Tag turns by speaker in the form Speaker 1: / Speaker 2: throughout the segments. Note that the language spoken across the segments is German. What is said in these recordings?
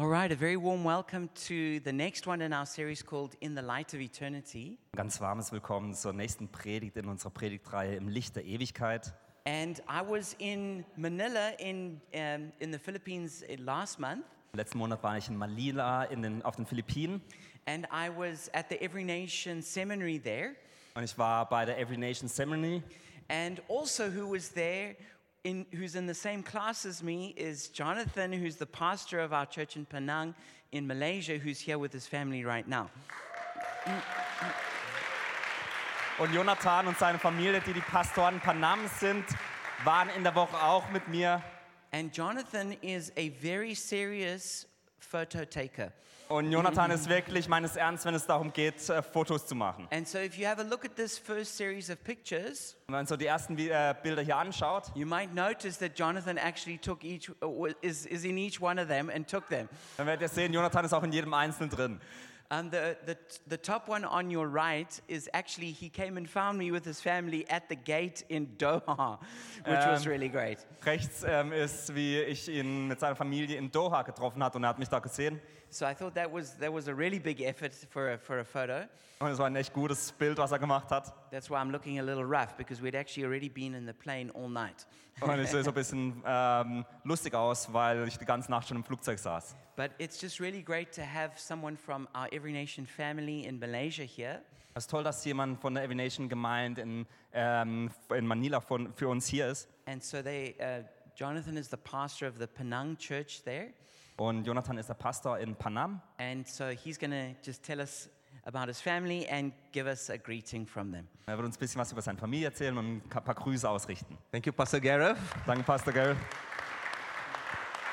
Speaker 1: right, a very warm welcome to the next one in our series called In the Light of Eternity.
Speaker 2: Ganz warmes Willkommen zur nächsten Predigt in unserer Predigtreihe im Licht der Ewigkeit.
Speaker 1: And I was in Manila in, um, in the Philippines uh, last month,
Speaker 2: Letzten Monat war ich in Manila in den, auf den Philippinen
Speaker 1: and I was at the Every Nation Seminary there.
Speaker 2: und ich war bei der Every Nation Seminary.
Speaker 1: And also, who was there, in, who's in the same class as me, is Jonathan, who's the pastor of our church in Penang in Malaysia, who's here with his family right now.
Speaker 2: Und Jonathan und seine Familie, die die Pastoren Panam sind, waren in der Woche auch mit mir.
Speaker 1: And Jonathan is a very serious photo taker.
Speaker 2: Und Jonathan ist wirklich meines Ernst, wenn es darum geht, äh, Fotos zu machen.
Speaker 1: And so, if you have a look at this first series of pictures,
Speaker 2: Wenn man so die ersten Vi- äh, Bilder hier anschaut,
Speaker 1: you might notice that Jonathan actually took each, uh, is, is in each one of them and took them.
Speaker 2: dann werdet ihr sehen, Jonathan ist auch in jedem Einzelnen drin.
Speaker 1: Um, the, the, the top one on your right is actually, he came and found me with his family at the gate in Doha, which was
Speaker 2: Um,
Speaker 1: really great.
Speaker 2: Rechts ähm, ist, wie ich ihn mit seiner Familie in Doha getroffen hat und er hat mich da gesehen.
Speaker 1: So I thought that was, that was a really big effort for a, for a photo.
Speaker 2: Und es war ein echt gutes Bild, was er gemacht hat.
Speaker 1: That's why I'm looking a little rough because we'd actually already been in the plane all night.
Speaker 2: Und ich sehe so ein bisschen ähm, lustig aus, weil ich die ganze Nacht schon im Flugzeug saß.
Speaker 1: But it's just really great to have someone from our Every Nation family in Malaysia here.
Speaker 2: Es ist toll, dass jemand von der Every Nation Gemeinde in, ähm, in Manila von, für uns hier ist.
Speaker 1: And so they, uh, Jonathan is the pastor of the Penang church there.
Speaker 2: Und Jonathan ist der Pastor in Panam.
Speaker 1: And so he's going to just tell us about his family and give us a greeting from them.
Speaker 2: Er wird uns ein bisschen was über seine Familie erzählen und ein paar Grüße ausrichten.
Speaker 3: Thank you, Pastor Gareth.
Speaker 2: Danke, Pastor Gary.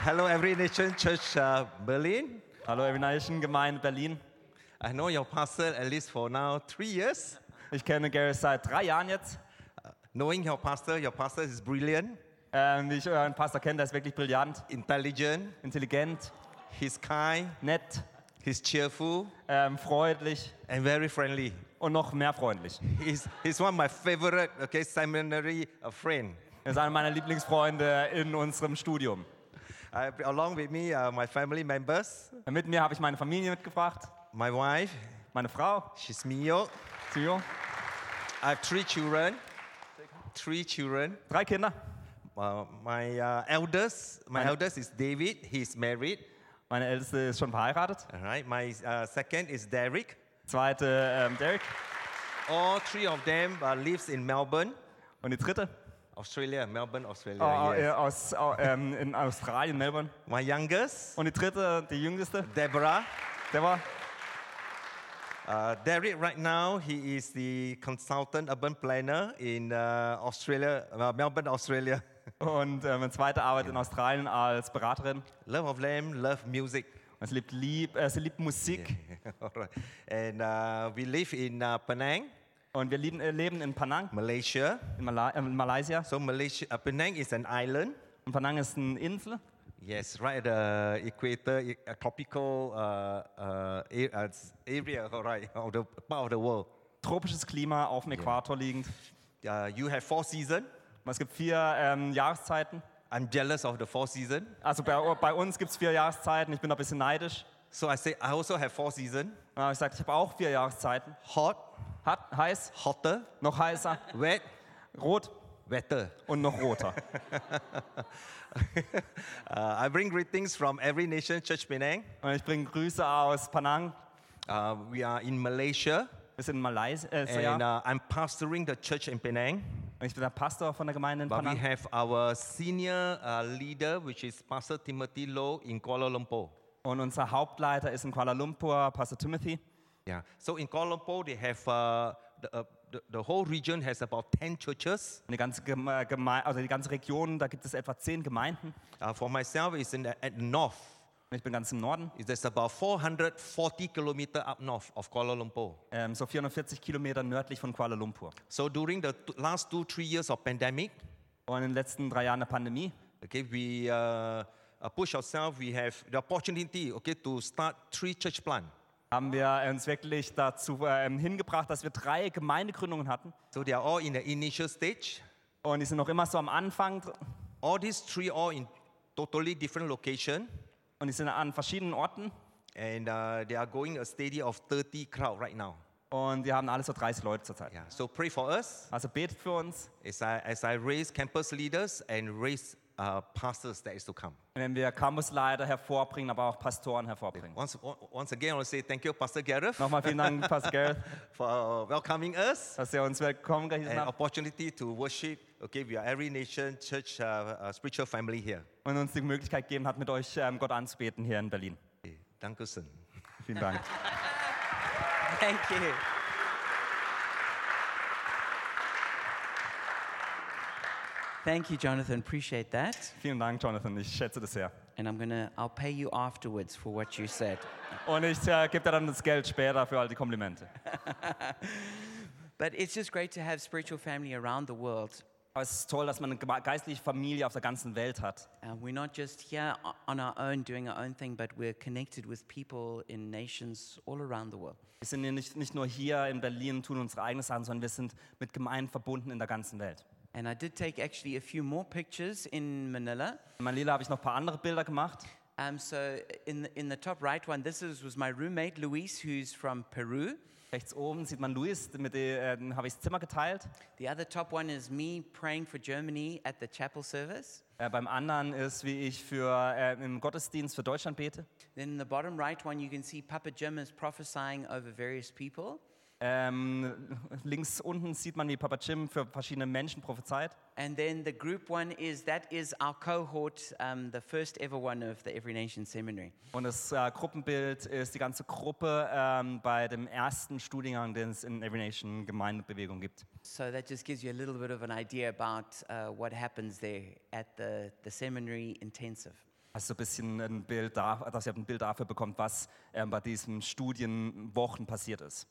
Speaker 3: Hello, Every Nation Church uh, Berlin.
Speaker 2: Hallo Every Nation Gemeinde Berlin.
Speaker 3: I know your pastor at least for now three years.
Speaker 2: Ich kenne Gary seit drei Jahren jetzt.
Speaker 3: Knowing your pastor, your pastor is brilliant,
Speaker 2: Ähm, wie ich euren Pastor kenne, der ist wirklich brillant,
Speaker 3: intelligent,
Speaker 2: intelligent,
Speaker 3: he's kind,
Speaker 2: nett,
Speaker 3: he's cheerful,
Speaker 2: ähm, freundlich
Speaker 3: and very friendly.
Speaker 2: und noch mehr freundlich.
Speaker 3: He's, he's one of my favorite, okay, seminary uh, friend.
Speaker 2: Er ist einer meiner Lieblingsfreunde in unserem Studium.
Speaker 3: I, along with me, uh, my family members,
Speaker 2: Mit mir habe ich meine Familie mitgebracht,
Speaker 3: my wife,
Speaker 2: meine Frau,
Speaker 3: she's Mio.
Speaker 2: Theo,
Speaker 3: I have three children, three children.
Speaker 2: drei Kinder.
Speaker 3: Uh, my uh, eldest, my
Speaker 2: And-
Speaker 3: eldest is David. He's married.
Speaker 2: Meine Älteste ist schon verheiratet.
Speaker 3: All right. My uh, second is Derek.
Speaker 2: Zweite ähm, Derek
Speaker 3: All three of them uh, lives in Melbourne,
Speaker 2: und die dritte
Speaker 3: Australia. Melbourne, Australia.
Speaker 2: oh,
Speaker 3: yes.
Speaker 2: äh, aus, au- ähm, in Australien, Melbourne.
Speaker 3: My youngest,
Speaker 2: Und die dritte, die jüngste,
Speaker 3: Deborah.
Speaker 2: der war.
Speaker 3: Uh, Derek right now he is the consultant urban planner in uh, Australia, uh, Melbourne, Australia.
Speaker 2: Und ähm, meine zweite arbeitet in Australien als Beraterin.
Speaker 3: Love of them, love music.
Speaker 2: Und Sie liebt, lieb, äh, sie liebt Musik
Speaker 3: All right. And uh, we live in uh, Penang,
Speaker 2: und wir lieben, äh, leben in Penang,
Speaker 3: Malaysia.
Speaker 2: in, Mala äh, in Malaysia.
Speaker 3: So Malaysia, uh, Penang is an island.
Speaker 2: Und Penang ist eine Insel.
Speaker 3: Yes, right at the equator, e- a tropical uh, uh, a- uh, s- area, all right, of the part of the world.
Speaker 2: Tropisches Klima auf dem Äquator liegend.
Speaker 3: Uh, you have four seasons.
Speaker 2: Es gibt vier ähm, Jahreszeiten.
Speaker 3: I'm jealous of the four seasons.
Speaker 2: Also bei, bei uns gibt es vier Jahreszeiten. Ich bin da ein bisschen neidisch.
Speaker 3: So I say I also have four seasons.
Speaker 2: Dann habe ich gesagt, ich habe auch vier Jahreszeiten.
Speaker 3: Hot,
Speaker 2: Hat, heiß,
Speaker 3: hotter,
Speaker 2: noch heißer,
Speaker 3: wet,
Speaker 2: rot
Speaker 3: wetter.
Speaker 2: und noch roter.
Speaker 3: Uh, I bring greetings from every nation, Church Penang.
Speaker 2: Und ich bringe Grüße aus Penang.
Speaker 3: Uh, we are in Malaysia,
Speaker 2: Wir sind in Malaysia.
Speaker 3: and
Speaker 2: Äh,
Speaker 3: uh, I'm pastoring the church in Penang.
Speaker 2: ich bin der Pastor von der Gemeinde in
Speaker 3: But we
Speaker 2: Penang.
Speaker 3: have our senior uh, leader, which is Pastor Timothy Low in Kuala Lumpur.
Speaker 2: Und unser Hauptleiter ist in Kuala Lumpur, Pastor Timothy.
Speaker 3: Yeah. So in Kuala Lumpur, they have uh, the, uh, the, the whole region has about 10 churches.
Speaker 2: Und die ganze, Geme äh, Geme- also die ganze Region, da gibt es etwa zehn Gemeinden.
Speaker 3: Uh, for myself, it's in the, at the north.
Speaker 2: Und ich bin ganz im Norden,
Speaker 3: It- There's about 440 kilometers up north of Kuala Lumpur.
Speaker 2: ähm, so 440 Kilometer nördlich von Kuala Lumpur.
Speaker 3: So during the t- last two, three years of pandemic,
Speaker 2: Und in den letzten drei Jahren der Pandemie
Speaker 3: okay, we uh, uh, push ourselves. We have the opportunity, okay, to start three church plant.
Speaker 2: haben wir uns wirklich dazu ähm, hingebracht, dass wir drei Gemeindegründungen hatten.
Speaker 3: So they are all in the initial stage.
Speaker 2: Und die sind noch immer so am Anfang.
Speaker 3: All these three are in totally different location.
Speaker 2: und die sind an verschiedenen Orten
Speaker 3: and uh, they are going a steady of 30 crowd right now.
Speaker 2: und die haben alle so 30 Leute zurzeit.
Speaker 3: Yeah, so pray for us
Speaker 2: Also betet für uns.
Speaker 3: as I, as I raise campus leaders and raise uh, pastors that is to come.
Speaker 2: wenn wir Campusleiter hervorbringen, aber auch Pastoren hervorbringen.
Speaker 3: Once, o- once again, I want to say thank you, Pastor Gareth,
Speaker 2: Nochmal vielen Dank, Pastor Gareth,
Speaker 3: for uh, welcoming us
Speaker 2: dass ihr uns willkommen geheißen
Speaker 3: and
Speaker 2: habt
Speaker 3: opportunity to worship. Okay, we are every nation church uh, uh, spiritual family here.
Speaker 2: und uns die Möglichkeit gegeben hat, mit euch ähm, Gott anzubeten hier in Berlin.
Speaker 3: Okay, thank you, son.
Speaker 2: Vielen Dank.
Speaker 1: Thank you. Thank you, Jonathan. Appreciate that.
Speaker 2: vielen Dank, Jonathan. Ich schätze das sehr.
Speaker 1: And I'm gonna, I'll pay you afterwards for what you said.
Speaker 2: Und ich äh, gebe dir dann das Geld später für all die Komplimente.
Speaker 1: But it's just great to have spiritual family around the world.
Speaker 2: Aber es ist toll, dass man eine gema- geistliche Familie auf der ganzen Welt hat.
Speaker 1: Uh, we're not just here o- on our own doing our own thing, but we're connected with people in nations all around the world.
Speaker 2: Wir sind hier nicht, nicht nur hier in Berlin und tun unsere eigenen Sachen, sondern wir sind mit Gemeinden verbunden in der ganzen Welt.
Speaker 1: And I did take actually a few more pictures in Manila.
Speaker 2: In Manila habe ich noch ein paar andere Bilder gemacht.
Speaker 1: Um, so in the, in the top right one, this is, was my roommate Luis, who's from Peru.
Speaker 2: Rechts oben sieht man Luis, mit dem äh, habe ich das Zimmer geteilt.
Speaker 1: The other top one is me praying for Germany at the chapel service.
Speaker 2: Äh, beim anderen ist, wie ich für, äh, im Gottesdienst für Deutschland bete.
Speaker 1: Then in the bottom right one, you can see Papa Jim is prophesying over various people.
Speaker 2: Ähm, links unten sieht man, wie Papa Jim für verschiedene Menschen prophezeit.
Speaker 1: And then the group one is that is our cohort, um, the first ever one of the Every Nation Seminary.
Speaker 2: Und das äh, Gruppenbild ist die ganze Gruppe ähm, bei dem ersten Studiengang, den es in Every Nation Gemeindebewegung gibt.
Speaker 1: So that just gives you a little bit of an idea about uh, what happens there at the, the seminary intensive.
Speaker 2: Also ein bisschen ein Bild da, dass ihr ein Bild dafür bekommt, was ähm, bei diesen Studienwochen passiert ist.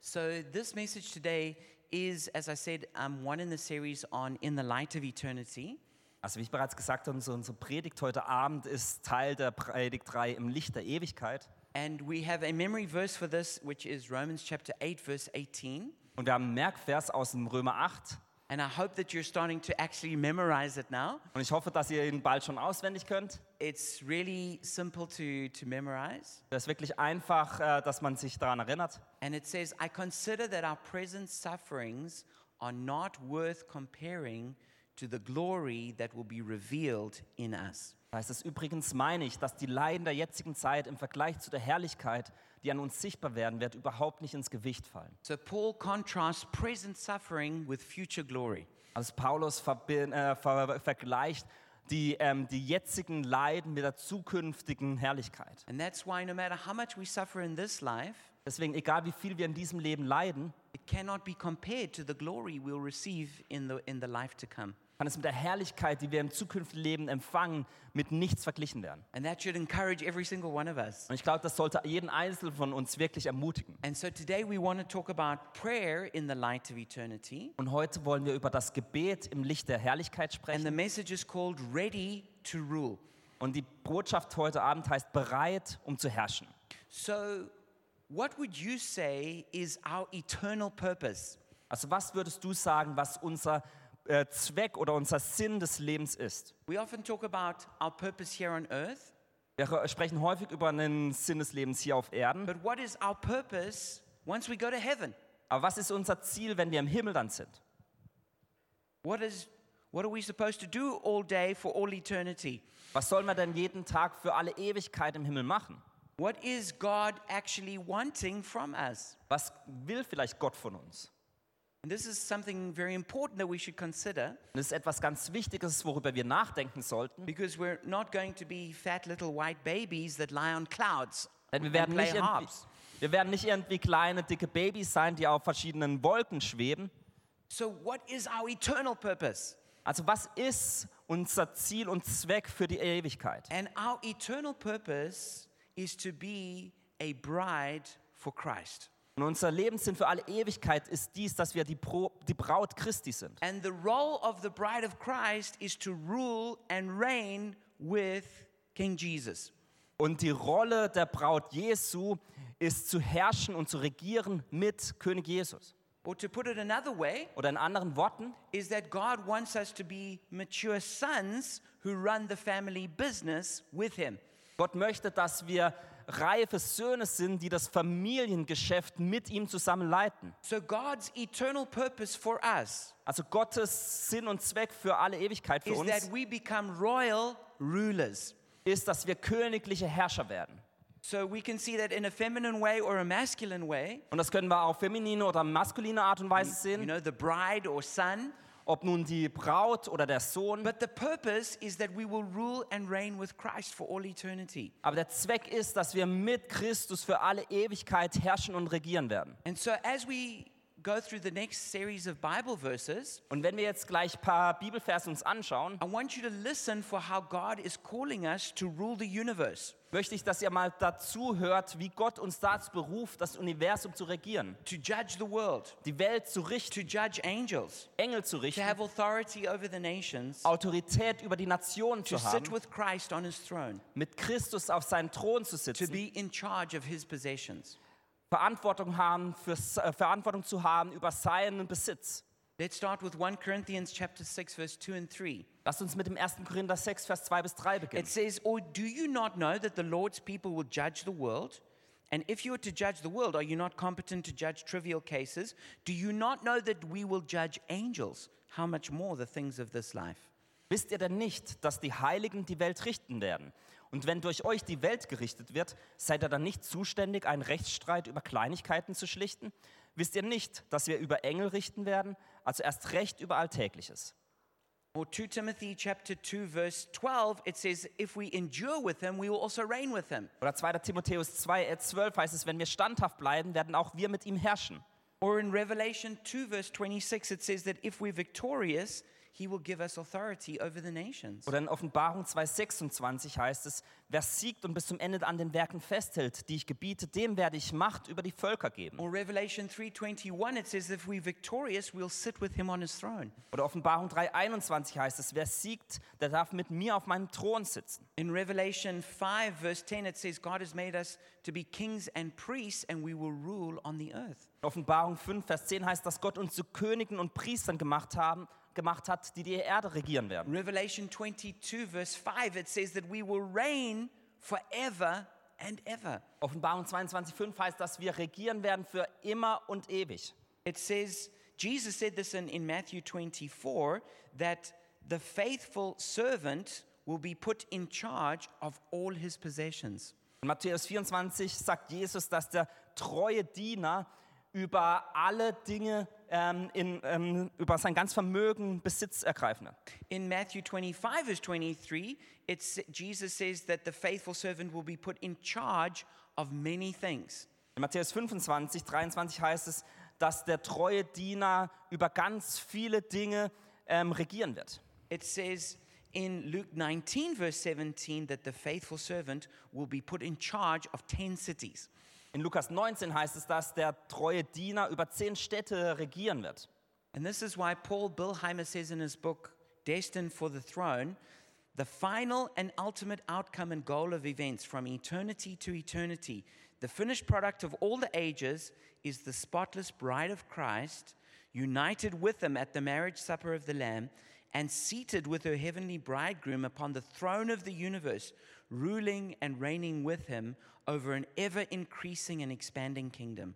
Speaker 1: So this message today is, as I said, um, one in the series on In the Light of Eternity.
Speaker 2: Also wie ich bereits gesagt habe, unsere, unsere Predigt heute Abend ist Teil der Predigtreihe im Licht der Ewigkeit.
Speaker 1: And we have a memory verse for this, which is Romans chapter 8, verse 18.
Speaker 2: Und wir haben einen Merkvers aus dem Römer 8,
Speaker 1: And I hope that you're starting to actually memorize it now.
Speaker 2: Und ich hoffe, dass ihr ihn bald schon auswendig könnt.
Speaker 1: It's really simple to, to memorize.
Speaker 2: Das ist wirklich einfach, äh, dass man sich daran erinnert.
Speaker 1: And it says, I consider that our present sufferings are not worth comparing to the glory that will be revealed in us.
Speaker 2: Da heißt es übrigens, meine ich, dass die Leiden der jetzigen Zeit im Vergleich zu der Herrlichkeit, die an uns sichtbar werden wird, überhaupt nicht ins Gewicht fallen.
Speaker 1: So Paul contrasts present suffering with future glory.
Speaker 2: Also Paulus verbin- äh, ver vergleicht die, ähm, die jetzigen Leiden mit der zukünftigen Herrlichkeit.
Speaker 1: And that's why no matter how much we suffer in this life,
Speaker 2: Deswegen, egal wie viel wir in diesem Leben leiden,
Speaker 1: it cannot be compared to the glory we'll receive in the, in the life to come.
Speaker 2: kann es mit der Herrlichkeit, die wir im zukünftigen Leben empfangen, mit nichts verglichen werden.
Speaker 1: And that should encourage every single one of us.
Speaker 2: Und ich glaube, das sollte jeden Einzelnen von uns wirklich ermutigen.
Speaker 1: And so today we want to talk about prayer in the light of eternity.
Speaker 2: Und heute wollen wir über das Gebet im Licht der Herrlichkeit
Speaker 1: And the
Speaker 2: sprechen.
Speaker 1: message is called Ready to Rule.
Speaker 2: Und die Botschaft heute Abend heißt bereit, um zu herrschen.
Speaker 1: So, what would you say is our eternal purpose?
Speaker 2: Also was würdest du sagen, was unser äh, Zweck oder unser Sinn des Lebens ist?
Speaker 1: We often talk about our purpose here on earth,
Speaker 2: Wir re- sprechen häufig über einen Sinn des Lebens hier auf Erden.
Speaker 1: but what is our purpose once we go to heaven?
Speaker 2: Aber was ist unser Ziel, wenn wir im Himmel dann sind?
Speaker 1: What is what are we supposed to do all day for all eternity?
Speaker 2: Was sollen wir denn jeden Tag für alle Ewigkeit im Himmel machen?
Speaker 1: What is God actually wanting from us?
Speaker 2: Was will vielleicht Gott von uns?
Speaker 1: And this is something very important that we should consider
Speaker 2: Und Das ist etwas ganz Wichtiges, worüber wir nachdenken sollten.
Speaker 1: because we're not going to be fat little white babies that lie on clouds
Speaker 2: Denn wir
Speaker 1: and
Speaker 2: werden,
Speaker 1: play
Speaker 2: nicht irgendwie,
Speaker 1: harps.
Speaker 2: wir werden nicht irgendwie kleine, dicke Babys sein, die auf verschiedenen Wolken schweben.
Speaker 1: So, what is our eternal purpose?
Speaker 2: Also was ist unser Ziel und Zweck für die Ewigkeit?
Speaker 1: And our eternal purpose is to be a bride for Christ.
Speaker 2: Und unser Lebenssinn für alle Ewigkeit ist dies, dass wir die, Pro, die Braut Christi sind.
Speaker 1: And the role of the bride of Christ is to rule and reign with King Jesus.
Speaker 2: Und die Rolle der Braut Jesu ist zu herrschen und zu regieren mit König Jesus.
Speaker 1: Or to put it another way,
Speaker 2: Oder in anderen Worten,
Speaker 1: is that God wants us to be mature sons who run the family business with Him.
Speaker 2: Gott möchte, dass wir reife Söhne sind, die das Familiengeschäft mit ihm zusammen leiten.
Speaker 1: So God's eternal purpose for us
Speaker 2: Also Gottes Sinn und Zweck für alle Ewigkeit für
Speaker 1: is that
Speaker 2: uns
Speaker 1: we become royal rulers.
Speaker 2: ist, dass wir königliche Herrscher werden.
Speaker 1: So we can see that in a feminine way or a masculine way.
Speaker 2: Und das können wir auf feminine oder maskuline Art und Weise
Speaker 1: You
Speaker 2: sehen,
Speaker 1: know, the bride or son.
Speaker 2: ob nun die Braut oder der Sohn.
Speaker 1: But the purpose is that we will rule and reign with Christ for all eternity.
Speaker 2: Aber der Zweck ist, dass wir mit Christus für alle Ewigkeit herrschen und regieren werden.
Speaker 1: And so as we go through the next series of Bible verses,
Speaker 2: Und wenn wir jetzt gleich ein paar Bibelverse uns anschauen,
Speaker 1: I want you to listen for how God is calling us to rule the universe,
Speaker 2: möchte ich, dass ihr mal dazu hört, wie Gott uns dazu beruft, das Universum zu regieren,
Speaker 1: to judge the world,
Speaker 2: die Welt zu richten,
Speaker 1: to judge angels,
Speaker 2: Engel zu
Speaker 1: to
Speaker 2: richten,
Speaker 1: have authority over the nations,
Speaker 2: Autorität über die Nationen
Speaker 1: to
Speaker 2: zu
Speaker 1: sit
Speaker 2: haben,
Speaker 1: with Christ on his throne,
Speaker 2: mit Christus auf seinen Thron zu
Speaker 1: to
Speaker 2: sitzen,
Speaker 1: be in charge of his possessions.
Speaker 2: Verantwortung, haben für, äh, Verantwortung zu haben über seinen Besitz.
Speaker 1: Let's start with 1 Corinthians chapter 6 verse 2 and 3.
Speaker 2: Lasst uns mit dem 1. Korinther 6, Vers 2 bis 3 beginnen.
Speaker 1: It says, Or do you not know that the Lord's people will judge the world? And if you are to judge the world, are you not competent to judge trivial cases? Do you not know that we will judge angels? How much more the things of this life?
Speaker 2: Wisst ihr denn nicht, dass die Heiligen die Welt richten werden? Und wenn durch euch die Welt gerichtet wird, seid ihr dann nicht zuständig, einen Rechtsstreit über Kleinigkeiten zu schlichten? Wisst ihr nicht, dass wir über Engel richten werden, also erst recht über Alltägliches?
Speaker 1: Or 2 Timothy chapter 2 verse 12 it says if we endure with him we will also reign with him.
Speaker 2: Oder 2. Timotheus 2, äh, 12 heißt es, wenn wir standhaft bleiben, werden auch wir mit ihm herrschen.
Speaker 1: Or in Revelation 2 verse 26 it says that if we're victorious he will give us authority over the nations.
Speaker 2: Oder in Offenbarung 2,26 heißt es, wer siegt und bis zum Ende an den Werken festhält, die ich gebiete, dem werde ich Macht über die Völker geben.
Speaker 1: Or Revelation 3:21 it says if we're victorious we'll sit with him on his throne.
Speaker 2: Oder Offenbarung 3,21 heißt es, wer siegt, der darf mit mir auf meinem Thron sitzen.
Speaker 1: In Revelation 5, verse 10, it says, God has made us to be kings and priests, and we will rule on the earth.
Speaker 2: In Offenbarung 5, Vers 10 heißt, dass Gott uns zu Königen und Priestern gemacht, haben, gemacht hat, die die Erde regieren werden.
Speaker 1: Revelation 22, verse 5, it says that we will reign forever and ever.
Speaker 2: Offenbarung 22, 5 heißt, dass wir regieren werden für immer und ewig.
Speaker 1: It says, Jesus said this in, in Matthew 24, that the faithful servant will be put in charge of all his possessions.
Speaker 2: In Matthäus 24 sagt Jesus, dass der treue Diener über alle Dinge, ähm, in, ähm, über sein ganzes Vermögen Besitz ergreifen wird.
Speaker 1: In Matthew 25, verse 23, it's, Jesus says that the faithful servant will be put in charge of many things.
Speaker 2: In Matthäus 25, 23 heißt es, dass der treue Diener über ganz viele Dinge ähm, regieren wird.
Speaker 1: It says in Luke 19, verse 17, that the faithful servant will be put in charge of 10 cities.
Speaker 2: In Lukas 19 heißt es, dass der treue Diener über zehn Städte regieren wird.
Speaker 1: And this is why Paul Bilheimer says in his book, Destined for the Throne, the final and ultimate outcome and goal of events from eternity to eternity, the finished product of all the ages, is the spotless bride of Christ, united with him at the marriage supper of the Lamb, and seated with her heavenly bridegroom upon the throne of the universe, ruling and reigning with him over an ever increasing and expanding kingdom.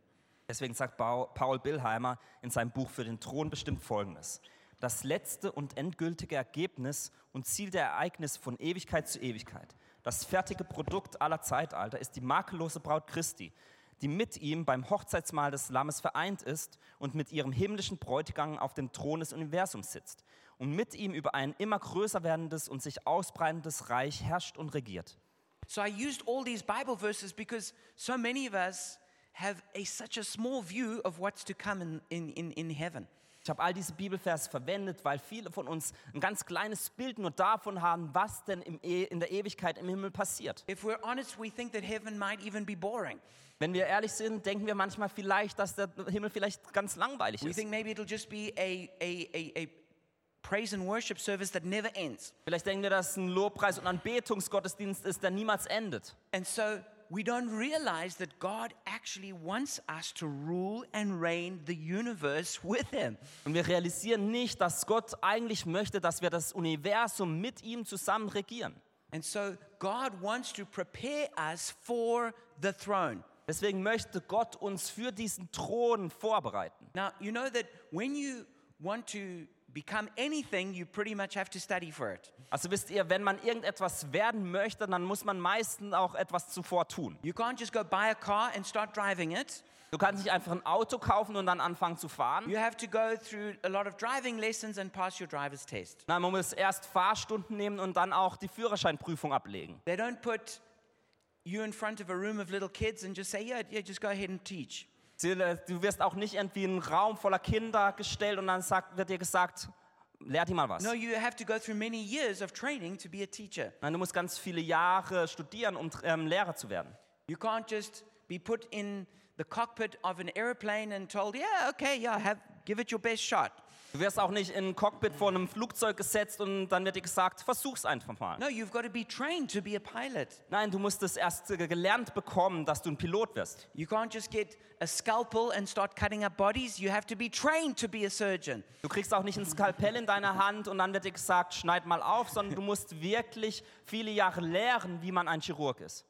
Speaker 2: Deswegen sagt Bau- Paul Billheimer in seinem Buch für den Thron bestimmt Folgendes. Das letzte und endgültige Ergebnis und Ziel der Ereignisse von Ewigkeit zu Ewigkeit, das fertige Produkt aller Zeitalter, ist die makellose Braut Christi, die mit ihm beim Hochzeitsmahl des Lammes vereint ist und mit ihrem himmlischen Bräutigam auf dem Thron des Universums sitzt und mit ihm über ein immer größer werdendes und sich ausbreitendes Reich herrscht und regiert.
Speaker 1: So I used all these Bible verses because so many of us have a, such a small view of what's to come in, in, in, in heaven.
Speaker 2: Ich habe all diese Bibelverse verwendet, weil viele von uns ein ganz kleines Bild nur davon haben, was denn im e in der Ewigkeit im Himmel passiert.
Speaker 1: If we're honest, we think that heaven might even be boring.
Speaker 2: Wenn wir ehrlich sind, denken wir manchmal vielleicht, dass der Himmel vielleicht ganz langweilig
Speaker 1: We
Speaker 2: ist.
Speaker 1: think maybe it'll just be a, a, a, a praise and worship service that never ends.
Speaker 2: Vielleicht denken wir, dass es ein Lobpreis und ein Betungsgottesdienst ist, der niemals endet.
Speaker 1: And so we don't realize that God actually wants us to rule and reign the universe with Him.
Speaker 2: Und wir realisieren nicht, dass Gott eigentlich möchte, dass wir das Universum mit ihm zusammen regieren.
Speaker 1: And so God wants to prepare us for the throne.
Speaker 2: Deswegen möchte Gott uns für diesen Thron vorbereiten.
Speaker 1: Now, you know that when you want to become anything, you pretty much have to study for it.
Speaker 2: Also wisst ihr, wenn man irgendetwas werden möchte, dann muss man meistens auch etwas zuvor tun.
Speaker 1: You can't just go buy a car and start driving it.
Speaker 2: Du kannst nicht einfach ein Auto kaufen und dann anfangen zu fahren.
Speaker 1: You have to go through a lot of driving lessons and pass your driver's test.
Speaker 2: Nein, man muss erst Fahrstunden nehmen und dann auch die Führerscheinprüfung ablegen.
Speaker 1: They don't put you in front of a room of little kids and just say, yeah, yeah, just go ahead and teach.
Speaker 2: Sie- äh, Du wirst auch nicht irgendwie in einen Raum voller Kinder gestellt und dann sagt, wird dir gesagt, lehr die mal was.
Speaker 1: No, you have to go through many years of training to be a teacher.
Speaker 2: Nein, du musst ganz viele Jahre studieren, um ähm, Lehrer zu werden.
Speaker 1: You can't just be put in the cockpit of an airplane and told, yeah, okay, yeah, have, give it your best shot.
Speaker 2: Du wirst auch nicht in ein Cockpit von einem Flugzeug gesetzt und dann wird dir gesagt, versuch's einfach mal.
Speaker 1: No, you've got to be trained to be a pilot.
Speaker 2: Nein, du musst es erst ge- gelernt bekommen, dass du ein Pilot wirst.
Speaker 1: You can't just get a scalpel and start cutting up bodies. You have to be trained to be a surgeon.
Speaker 2: Du kriegst auch nicht ein Skalpell in deiner Hand und dann wird dir gesagt, schneid mal auf, sondern du musst wirklich viele Jahre lernen, wie man ein Chirurg ist.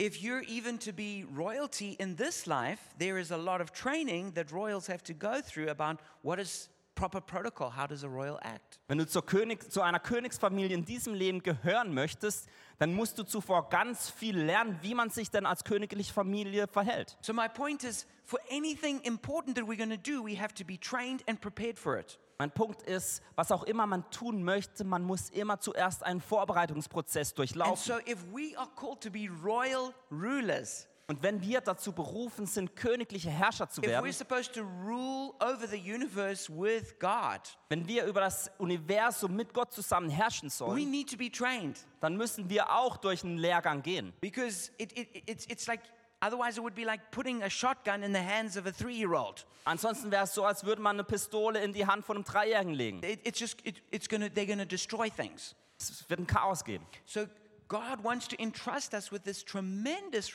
Speaker 1: If you're even to be royalty in this life, there is a lot of training that royals have to go through about what is proper protocol, how does a royal act.
Speaker 2: Wenn du zur König, zu einer Königsfamilie in diesem Leben gehören möchtest, dann musst du zuvor ganz viel lernen, wie man sich denn als königliche Familie verhält.
Speaker 1: So, my point is for anything important that we're going to do, we have to be trained and prepared for it.
Speaker 2: Mein Punkt ist, was auch immer man tun möchte, man muss immer zuerst einen Vorbereitungsprozess
Speaker 1: And
Speaker 2: durchlaufen.
Speaker 1: so, if we are called to be royal rulers,
Speaker 2: Und wenn wir dazu berufen sind, königliche Herrscher zu
Speaker 1: if we're
Speaker 2: werden,
Speaker 1: supposed to rule over the universe with God,
Speaker 2: wenn wir über das Universum mit Gott zusammen herrschen
Speaker 1: we
Speaker 2: sollen,
Speaker 1: need to be trained
Speaker 2: dann müssen wir auch durch einen Lehrgang gehen.
Speaker 1: because it, it, it- it's, it's like, otherwise, it would be like putting a shotgun in the hands of a three year old.
Speaker 2: Ansonsten wäre es so, als würde man eine Pistole in die Hand von einem Dreijährigen legen.
Speaker 1: It, it's just, it, it's gonna, they're going to destroy things.
Speaker 2: Es wird ein Chaos geben.
Speaker 1: So, God wants to entrust us with this tremendous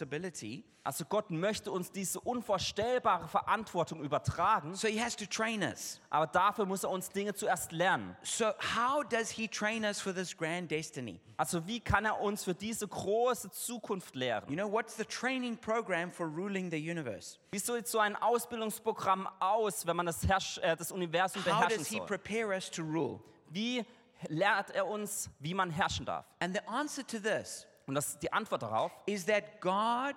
Speaker 1: responsibility,
Speaker 2: Also Gott möchte uns diese unvorstellbare Verantwortung übertragen,
Speaker 1: so He has to train us.
Speaker 2: aber dafür muss er uns Dinge zuerst lernen.
Speaker 1: So, how does he train us for this grand destiny?
Speaker 2: Also wie kann er uns für diese große Zukunft
Speaker 1: You
Speaker 2: lehren?
Speaker 1: know, what's the training program for ruling the universe?
Speaker 2: Wie sieht so ein Ausbildungsprogramm aus, wenn man das, Herrsch äh, das Universum
Speaker 1: How
Speaker 2: beherrschen
Speaker 1: does he
Speaker 2: soll?
Speaker 1: prepare us to rule?
Speaker 2: Wie lehrt er uns, wie man herrschen darf?
Speaker 1: And the answer to this
Speaker 2: Und das, die Antwort darauf
Speaker 1: is that God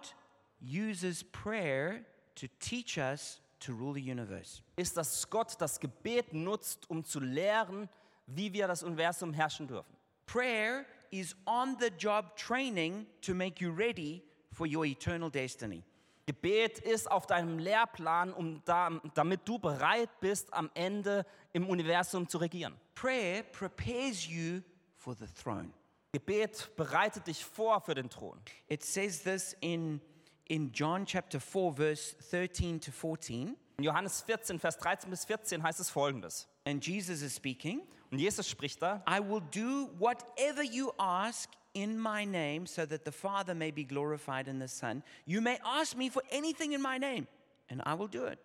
Speaker 1: uses prayer to teach us to rule the universe.
Speaker 2: ist, dass Gott das Gebet nutzt, um zu lehren, wie wir das Universum herrschen dürfen.
Speaker 1: Prayer is on the job training to make you ready for your eternal destiny.
Speaker 2: Gebet ist auf deinem Lehrplan, um da, damit du bereit bist, am Ende im Universum zu regieren.
Speaker 1: Prayer prepares you for the throne.
Speaker 2: Gebet bereitet dich vor für den Thron.
Speaker 1: It says this in, in John chapter 4, verse 13 to 14.
Speaker 2: In Johannes 14, Vers 13 bis 14 heißt es folgendes.
Speaker 1: And Jesus is speaking
Speaker 2: Und Jesus spricht da,
Speaker 1: I will do whatever you ask in my name, so that the Father may be glorified in the Son. You may ask me for anything in my name, and I will do it.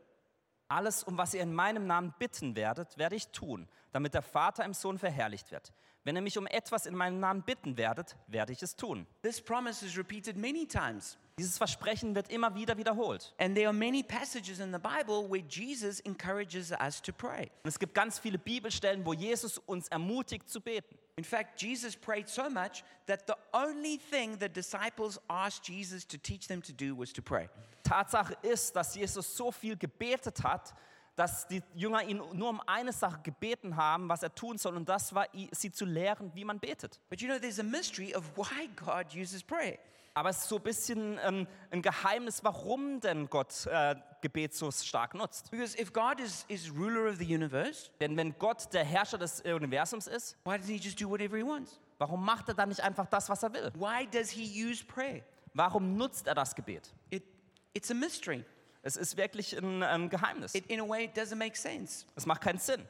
Speaker 2: alles, um was ihr in meinem Namen bitten werdet, werde ich tun, damit der Vater im Sohn verherrlicht wird. Wenn ihr mich um etwas in meinem Namen bitten werdet, werde ich es tun.
Speaker 1: This promise is repeated many times.
Speaker 2: Dieses Versprechen wird immer wieder wiederholt.
Speaker 1: And there are many passages in the Bible where Jesus encourages us to pray.
Speaker 2: Und es gibt ganz viele Bibelstellen, wo Jesus uns ermutigt zu beten.
Speaker 1: In fact, Jesus prayed so much that the only thing the disciples asked Jesus to teach them to do was to pray.
Speaker 2: Tatsache ist, dass Jesus so viel gebetet hat, dass die Jünger ihn nur um eine Sache gebeten haben, was er tun soll, und das war, i- sie zu lehren, wie man betet.
Speaker 1: But you know, there's a mystery of why God uses prayer.
Speaker 2: Aber es ist so ein bisschen ähm, ein Geheimnis, warum denn Gott äh, Gebet so stark nutzt.
Speaker 1: Because if God is, is ruler of the universe,
Speaker 2: Denn wenn Gott der Herrscher des äh, Universums ist,
Speaker 1: why doesn't he just do whatever he wants?
Speaker 2: warum macht er dann nicht einfach das, was er will?
Speaker 1: Why does he use prayer?
Speaker 2: Warum nutzt er das Gebet?
Speaker 1: It, it's a mystery.
Speaker 2: Es ist wirklich ein ähm, Geheimnis.
Speaker 1: It, in a way, it doesn't make sense.
Speaker 2: Es macht keinen Sinn.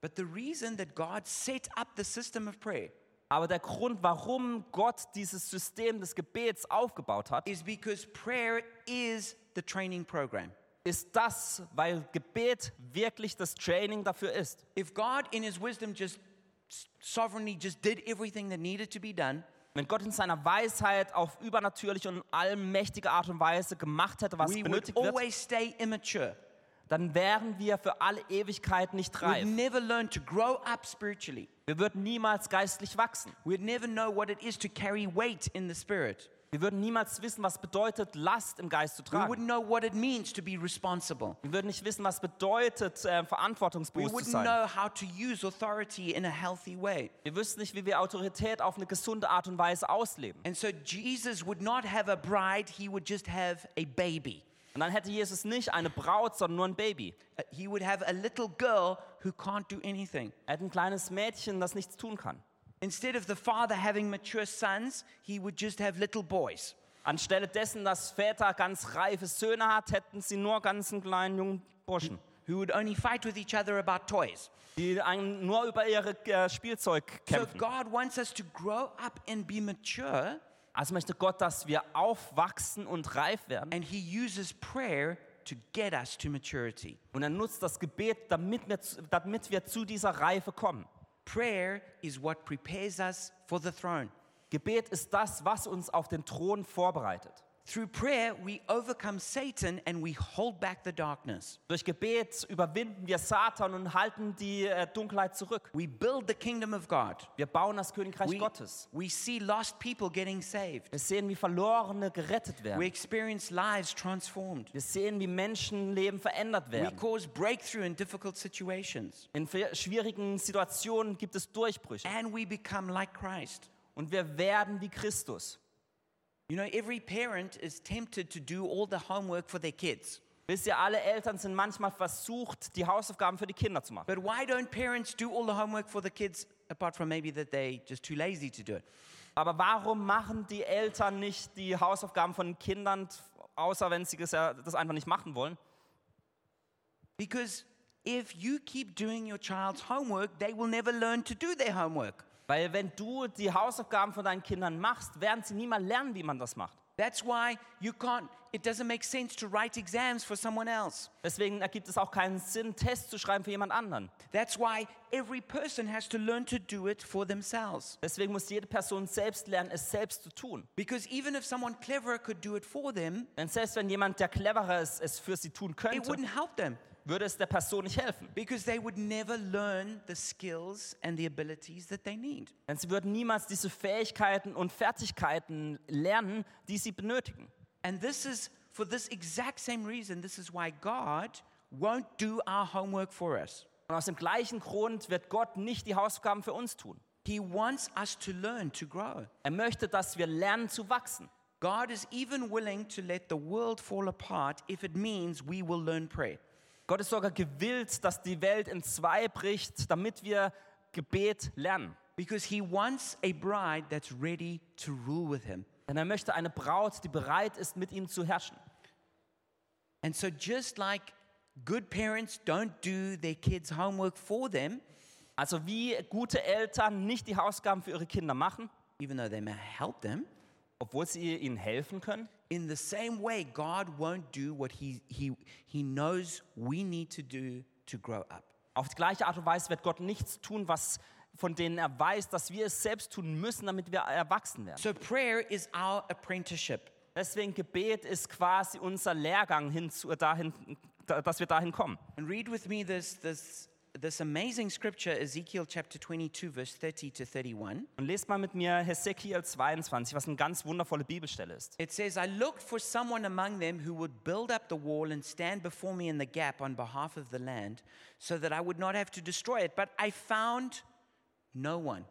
Speaker 1: But the reason that God set up the system of prayer
Speaker 2: Aber der Grund, warum Gott dieses System des Gebets aufgebaut hat,
Speaker 1: is because prayer is the training program.
Speaker 2: ist das, weil Gebet wirklich das Training dafür ist.
Speaker 1: If God, in his wisdom, just sovereignly just did everything that needed to be done,
Speaker 2: Wenn Gott in seiner Weisheit auf übernatürliche und allmächtige Art und Weise gemacht hätte, was
Speaker 1: we would
Speaker 2: benötigt wird,
Speaker 1: always stay immature.
Speaker 2: dann wären wir für alle Ewigkeit nicht reif.
Speaker 1: We'd ne- never learn to grow up spiritually.
Speaker 2: Wir würden niemals geistlich wachsen.
Speaker 1: We'd never know what it is to carry weight in the spirit.
Speaker 2: Wir würden niemals wissen, was bedeutet, Last im Geist zu
Speaker 1: We
Speaker 2: tragen.
Speaker 1: wouldn't know what it means to be responsible.
Speaker 2: Wir würden nicht wissen, was bedeutet, äh,
Speaker 1: We
Speaker 2: verantwortungsbewusst zu
Speaker 1: wouldn't
Speaker 2: sein.
Speaker 1: know how to use authority in a healthy way.
Speaker 2: Wir wüssten nicht, wie wir Autorität auf eine gesunde Art und Weise ausleben.
Speaker 1: And so Jesus would not have a bride, he would just have a baby.
Speaker 2: Und dann hätte Jesus nicht eine Braut, sondern nur ein Baby.
Speaker 1: Uh, He would have a little girl who can't do anything.
Speaker 2: Er hätte ein kleines Mädchen, das nichts tun kann.
Speaker 1: Instead of the father having mature sons, he would just have little boys.
Speaker 2: Anstelle dessen, dass Väter ganz reife Söhne hat, hätten sie nur ganz einen kleinen jungen Burschen,
Speaker 1: who would only fight with each other about toys.
Speaker 2: die ein- nur über ihre äh, Spielzeug
Speaker 1: So
Speaker 2: kämpfen.
Speaker 1: God wants us to grow up and be mature,
Speaker 2: Also möchte Gott, dass wir aufwachsen und reif werden.
Speaker 1: and He uses prayer to get us to maturity.
Speaker 2: Und er nutzt das Gebet, damit wir, zu- damit wir zu dieser Reife kommen.
Speaker 1: Prayer is what prepares us for the throne.
Speaker 2: Gebet ist das, was uns auf den Thron vorbereitet.
Speaker 1: Through prayer, we overcome Satan and we hold back the darkness.
Speaker 2: Durch Gebet überwinden wir Satan und halten die äh, Dunkelheit zurück.
Speaker 1: We build the kingdom of God.
Speaker 2: Wir bauen das Königreich
Speaker 1: We,
Speaker 2: Gottes.
Speaker 1: we see lost people getting saved.
Speaker 2: Wir sehen, wie Verlorene gerettet
Speaker 1: We
Speaker 2: werden.
Speaker 1: experience lives transformed.
Speaker 2: Wir sehen, wie Menschenleben verändert
Speaker 1: We
Speaker 2: werden.
Speaker 1: cause breakthrough in difficult situations.
Speaker 2: In fe- schwierigen Situationen gibt es Durchbrüche.
Speaker 1: And we become like Christ.
Speaker 2: Und wir werden wie Christus.
Speaker 1: You know, every parent is tempted to do all the homework for their kids.
Speaker 2: Wisst ihr, alle Eltern sind manchmal versucht, die Hausaufgaben für die Kinder zu machen.
Speaker 1: But why don't parents do all the homework for the kids apart from maybe that they're just too lazy to do it?
Speaker 2: Aber warum machen die Eltern nicht die Hausaufgaben von Kindern, außer wenn sie das ja- das einfach nicht machen wollen?
Speaker 1: Because if you keep doing your child's homework, they will never learn to do their homework.
Speaker 2: Weil wenn du die Hausaufgaben von deinen Kindern machst, werden sie niemals lernen, wie man das macht.
Speaker 1: That's why you can't, it doesn't make sense to write exams for someone else.
Speaker 2: Deswegen ergibt es auch keinen Sinn, Tests zu schreiben für jemand anderen.
Speaker 1: That's why every person has to learn to do it for themselves.
Speaker 2: Deswegen muss jede Person selbst lernen, es selbst zu tun.
Speaker 1: Because even if someone cleverer could do it for them,
Speaker 2: Denn selbst wenn jemand, der cleverer ist, es für sie tun
Speaker 1: it
Speaker 2: könnte,
Speaker 1: wouldn't help them.
Speaker 2: würde es der Person nicht helfen.
Speaker 1: because they would never learn the skills and the abilities that they need.
Speaker 2: Denn sie würden niemals diese Fähigkeiten und Fertigkeiten lernen, die sie benötigen.
Speaker 1: And this is for this exact same reason, this is why God won't do our homework for us.
Speaker 2: Und aus dem gleichen Grund wird Gott nicht die Hausaufgaben für uns tun.
Speaker 1: He wants us to learn to grow.
Speaker 2: Er möchte, dass wir lernen zu wachsen.
Speaker 1: God is even willing to let the world fall apart if it means we will learn prayer.
Speaker 2: Gott ist sogar gewillt, dass die Welt in zwei bricht, damit wir Gebet lernen.
Speaker 1: Because he wants a bride that's ready to rule with him.
Speaker 2: Denn er möchte eine Braut, die bereit ist, mit ihm zu herrschen.
Speaker 1: And so, just like good parents don't do their kids' homework for them,
Speaker 2: Also wie gute Eltern nicht die Hausaufgaben für ihre Kinder machen,
Speaker 1: even though they may help them,
Speaker 2: obwohl sie ihnen helfen können,
Speaker 1: In the same way, God won't do what he, he, he knows we need to do to grow up.
Speaker 2: auf die gleiche Art und Weise wird Gott nichts tun, was von denen er weiß, dass wir es selbst tun müssen, damit wir erwachsen werden.
Speaker 1: So, prayer is our apprenticeship.
Speaker 2: Deswegen Gebet ist quasi unser Lehrgang, hinzu, dahin, da- dass wir dahin kommen.
Speaker 1: And read with me this, this, this amazing scripture, Ezekiel chapter 22, verse 30 to 31.
Speaker 2: Und lest mal mit mir Hesekiel 22, was eine ganz wundervolle Bibelstelle ist.
Speaker 1: It says, I looked for someone among them who would build up the wall and stand before me in the gap on behalf of the land so that I would not have to destroy it. But I found no one.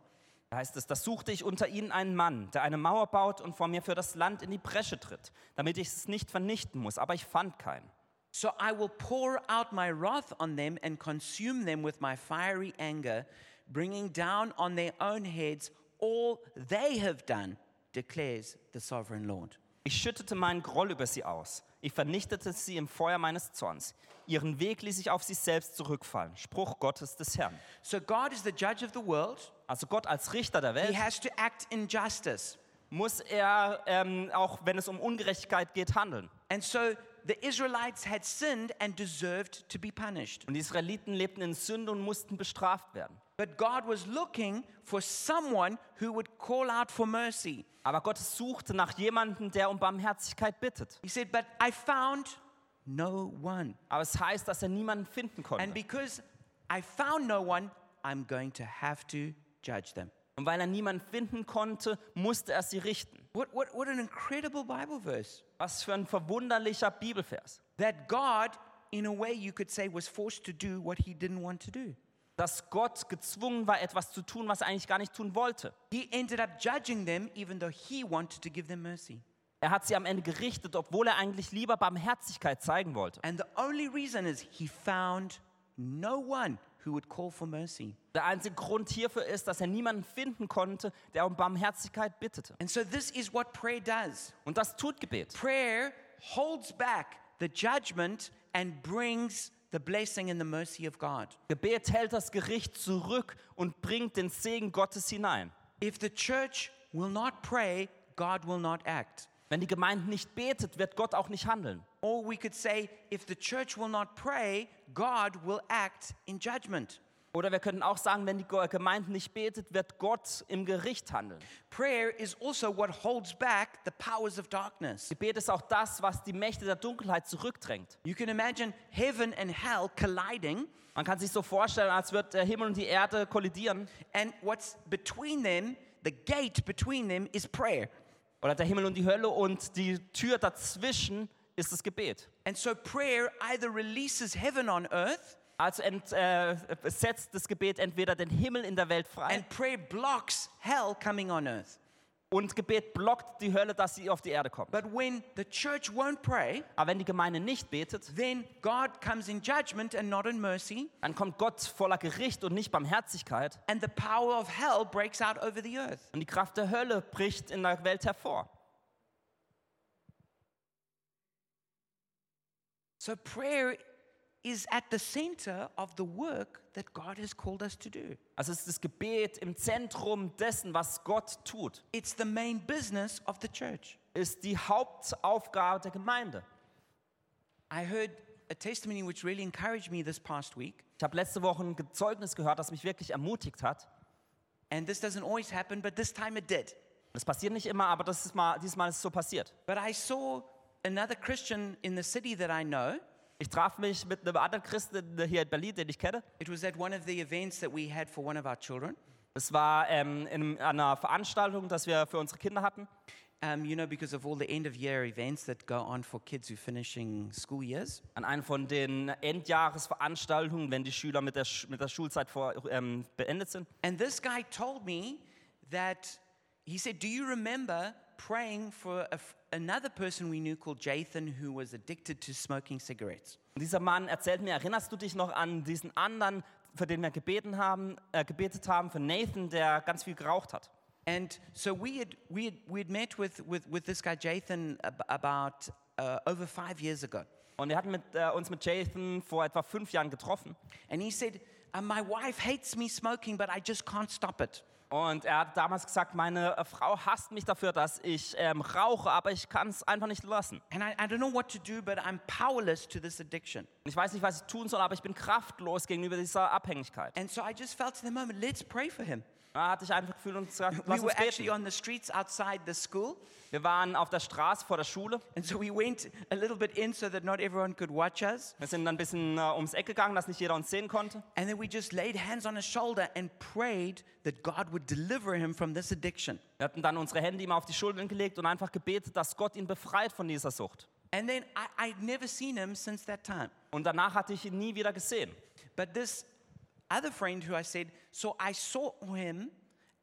Speaker 2: Da heißt es, da suchte ich unter ihnen einen Mann, der eine Mauer baut und vor mir für das Land in die Bresche tritt, damit ich es nicht vernichten muss, aber ich fand keinen.
Speaker 1: So I will pour out my wrath on them and consume them with my fiery anger, bringing down on their own heads all they have done, declares the sovereign Lord.
Speaker 2: Ich schüttete meinen Groll über sie aus. Ich vernichtete sie im Feuer meines Zorns. Ihren Weg ließ ich auf sich selbst zurückfallen. Spruch Gottes des Herrn.
Speaker 1: So God is the judge of the world.
Speaker 2: Also Gott als Richter der
Speaker 1: He
Speaker 2: Welt
Speaker 1: has to act in justice.
Speaker 2: muss er, ähm, auch wenn es um Ungerechtigkeit geht, handeln.
Speaker 1: And so the Israelites had sinned and deserved to be punished.
Speaker 2: Und die Israeliten lebten in Sünde und mussten bestraft werden.
Speaker 1: But God was looking for someone who would call out for mercy.
Speaker 2: Aber Gott suchte nach jemandem, der um Barmherzigkeit bittet.
Speaker 1: He said, But I found no one.
Speaker 2: Aber es heißt, dass er niemanden finden
Speaker 1: And
Speaker 2: konnte.
Speaker 1: because I found no one, I'm going to have to judge them.
Speaker 2: Und weil er niemanden finden konnte, musste er sie richten.
Speaker 1: What, what, what an incredible Bible verse
Speaker 2: Was für ein verwunderlicher Bibelvers.
Speaker 1: that God, in a way you could say, was forced to do what he didn't want to do.
Speaker 2: Dass Gott gezwungen war, etwas zu tun, was er eigentlich gar nicht tun wollte.
Speaker 1: He ended up judging them even though he wanted to give them mercy.
Speaker 2: Er hat sie am Ende gerichtet, obwohl er eigentlich lieber Barmherzigkeit zeigen wollte.
Speaker 1: And the only reason is he found no one who would call for mercy.
Speaker 2: Der einzige Grund hierfür ist, dass er niemanden finden konnte, der um Barmherzigkeit bittete.
Speaker 1: And so this is what prayer does.
Speaker 2: Und das tut Gebet.
Speaker 1: Prayer holds back the judgment and brings the blessing and the mercy of God.
Speaker 2: Gebet hält das Gericht zurück und bringt den Segen Gottes hinein.
Speaker 1: If the church will not pray, God will not act.
Speaker 2: Wenn die Gemeinde nicht betet, wird Gott auch nicht handeln.
Speaker 1: Or we could say, if the church will not pray, God will act in judgment.
Speaker 2: Oder wir könnten auch sagen, wenn die Ge- Gemeinde nicht betet, wird Gott im Gericht handeln.
Speaker 1: Prayer is also what holds back the powers of darkness.
Speaker 2: Gebet ist auch das, was die Mächte der Dunkelheit zurückdrängt.
Speaker 1: You can imagine heaven and hell colliding,
Speaker 2: Man kann sich so vorstellen, als wird der Himmel und die Erde kollidieren
Speaker 1: and what's between them, the gate between them, is prayer.
Speaker 2: oder der Himmel und die Hölle und die Tür dazwischen ist das Gebet.
Speaker 1: And so prayer either releases heaven on earth,
Speaker 2: Also ent, äh, setzt das Gebet entweder den Himmel in der Welt frei
Speaker 1: and prayer blocks hell coming on earth.
Speaker 2: und Gebet blockt die Hölle, dass sie auf die Erde kommt.
Speaker 1: But when the church won't pray,
Speaker 2: Aber wenn die Gemeinde nicht betet,
Speaker 1: then God comes in judgment and not in mercy,
Speaker 2: dann kommt Gott voller Gericht und nicht Barmherzigkeit
Speaker 1: and the power of hell breaks out over the earth.
Speaker 2: und die Kraft der Hölle bricht in der Welt hervor.
Speaker 1: So prayer is at the center of the work that God has called us to do.
Speaker 2: Also ist das Gebet im Zentrum dessen, was Gott tut,
Speaker 1: It's the main business of the church.
Speaker 2: ist die Hauptaufgabe der Gemeinde.
Speaker 1: I heard a testimony which really encouraged me this past week,
Speaker 2: Ich habe letzte Woche ein Ge- Zeugnis gehört, das mich wirklich ermutigt hat.
Speaker 1: and this doesn't always happen, but this time it did.
Speaker 2: Das passiert nicht immer, aber das ist mal, diesmal ist es so passiert.
Speaker 1: But I saw another Christian in the city that I know.
Speaker 2: Ich traf mich mit einem anderen Christen hier in Berlin, den ich kenne.
Speaker 1: It was at one of the events that we had for one of our children.
Speaker 2: Es war ähm, in einer Veranstaltung, das wir für unsere Kinder hatten.
Speaker 1: Um, you know, because of all the end of year events that go on for kids who are finishing school years.
Speaker 2: An einer von den Endjahresveranstaltungen, wenn die Schüler mit der, Sch mit der Schulzeit vor, ähm, beendet sind.
Speaker 1: And this guy told me that he said, Do you remember praying for a f another person we knew called Jathan who was addicted to smoking cigarettes?
Speaker 2: Und dieser Mann erzählt mir, erinnerst du dich noch an diesen anderen, für den wir gebeten haben, äh, gebetet haben, für Nathan, der ganz viel geraucht hat?
Speaker 1: And so we had, we had, we had met with, with, with this guy, Jathan, ab about uh, over five years ago.
Speaker 2: Und wir hatten mit, äh, uns mit Jason vor etwa fünf Jahren getroffen.
Speaker 1: And he said, "Uh, My wife hates me smoking, but I just can't stop it.
Speaker 2: Und er hat damals gesagt, meine äh, Frau hasst mich dafür, dass ich ähm, rauche, aber ich kann es einfach nicht lassen.
Speaker 1: And I, I don't know what to do, but I'm powerless to this addiction.
Speaker 2: Und ich weiß nicht, was ich tun soll, aber ich bin kraftlos gegenüber dieser Abhängigkeit.
Speaker 1: And so I just felt in the moment, let's pray for him.
Speaker 2: Da hatte ich einfach Gefühl und gesagt,
Speaker 1: We
Speaker 2: lass
Speaker 1: were
Speaker 2: uns
Speaker 1: actually
Speaker 2: beten.
Speaker 1: on the streets outside the school.
Speaker 2: Wir waren auf der Straße vor der Schule.
Speaker 1: And so we went a little bit in so that not everyone could watch us.
Speaker 2: Wir sind dann ein bisschen äh, ums Eck gegangen, dass nicht jeder uns sehen konnte.
Speaker 1: And then we just laid hands on his shoulder and prayed that God would deliver him from this addiction.
Speaker 2: Wir hatten dann unsere Hände ihm auf die Schultern gelegt und einfach gebetet, dass Gott ihn befreit von dieser Sucht.
Speaker 1: And then I, I'd never seen him since that time.
Speaker 2: Und danach hatte ich ihn nie wieder gesehen.
Speaker 1: But this other friend who I said, so I saw him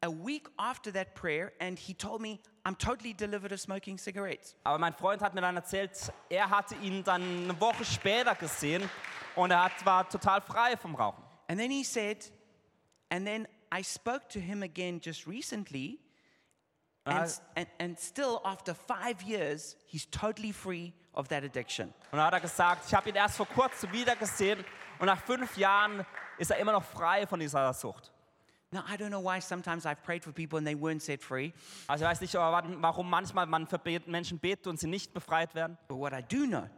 Speaker 1: a week after that prayer, and he told me, I'm totally delivered of smoking cigarettes.
Speaker 2: Aber mein Freund hat mir dann erzählt, er hatte ihn dann eine Woche später gesehen und er hat, war total frei vom Rauchen.
Speaker 1: And then he said, and then I spoke to him again just recently, and,
Speaker 2: Ah.
Speaker 1: s- and, and still after five years, he's totally free of that addiction.
Speaker 2: Und dann hat er gesagt, ich habe ihn erst vor kurzem wieder gesehen und nach fünf Jahren ist er immer noch frei von dieser Sucht.
Speaker 1: Now, I don't know why sometimes I've prayed for people and they weren't set free,
Speaker 2: Also ich weiß nicht, warum manchmal man für Bet- Menschen betet und sie nicht befreit werden.
Speaker 1: but what I do know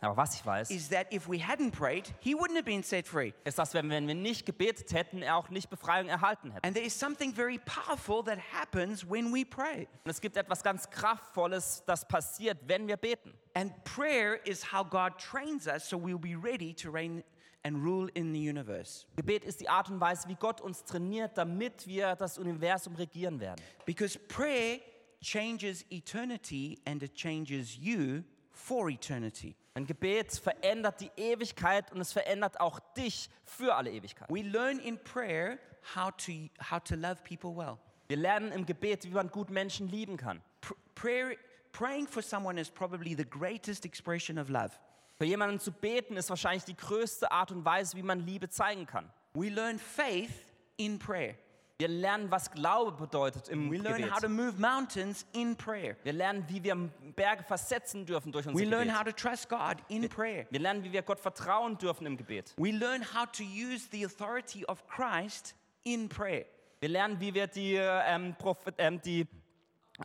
Speaker 2: Aber was ich weiß,
Speaker 1: is that if we hadn't prayed, he wouldn't have been set free.
Speaker 2: ist, dass wenn, wenn wir nicht gebetet hätten, er auch nicht Befreiung erhalten hätte.
Speaker 1: And there is something very powerful that happens when we pray.
Speaker 2: Und es gibt etwas ganz Kraftvolles, das passiert, wenn wir beten.
Speaker 1: And prayer is how God trains us so we'll be ready to reign and rule in the universe.
Speaker 2: Gebet ist die Art und Weise, wie Gott uns trainiert, damit wir das Universum regieren werden.
Speaker 1: Because prayer changes eternity and it changes you for eternity.
Speaker 2: Ein Gebet verändert die Ewigkeit und es verändert auch dich für alle Ewigkeit.
Speaker 1: We learn in prayer how to, how to love people well.
Speaker 2: Wir lernen im Gebet, wie man gut Menschen lieben kann.
Speaker 1: Pr- prayer, praying for someone is probably the greatest expression of love.
Speaker 2: Für jemanden zu beten ist wahrscheinlich die größte Art und Weise, wie man Liebe zeigen kann.
Speaker 1: We learn faith in prayer.
Speaker 2: Wir lernen, was Glaube bedeutet im
Speaker 1: We learn
Speaker 2: Gebet.
Speaker 1: how to move mountains in prayer.
Speaker 2: Wir lernen, wie wir Berge versetzen dürfen durch unser
Speaker 1: We learn
Speaker 2: Gebet.
Speaker 1: how to trust God in prayer.
Speaker 2: Wir lernen, wie wir Gott vertrauen dürfen im Gebet.
Speaker 1: We learn how to use the authority of Christ in prayer.
Speaker 2: Wir lernen, wie wir die, äh, ähm, Prophet, ähm, die